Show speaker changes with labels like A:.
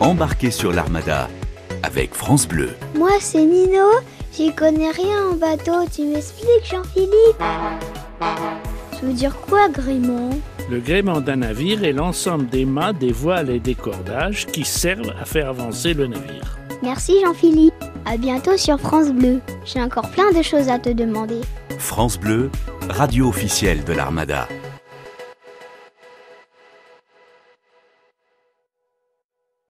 A: Embarquez sur l'Armada avec France Bleu.
B: Moi, c'est Nino. J'y connais rien en bateau. Tu m'expliques, Jean-Philippe Ça veut dire quoi, gréement
C: Le gréement d'un navire est l'ensemble des mâts, des voiles et des cordages qui servent à faire avancer le navire.
B: Merci, Jean-Philippe. À bientôt sur France Bleu. J'ai encore plein de choses à te demander.
A: France Bleu, radio officielle de l'Armada.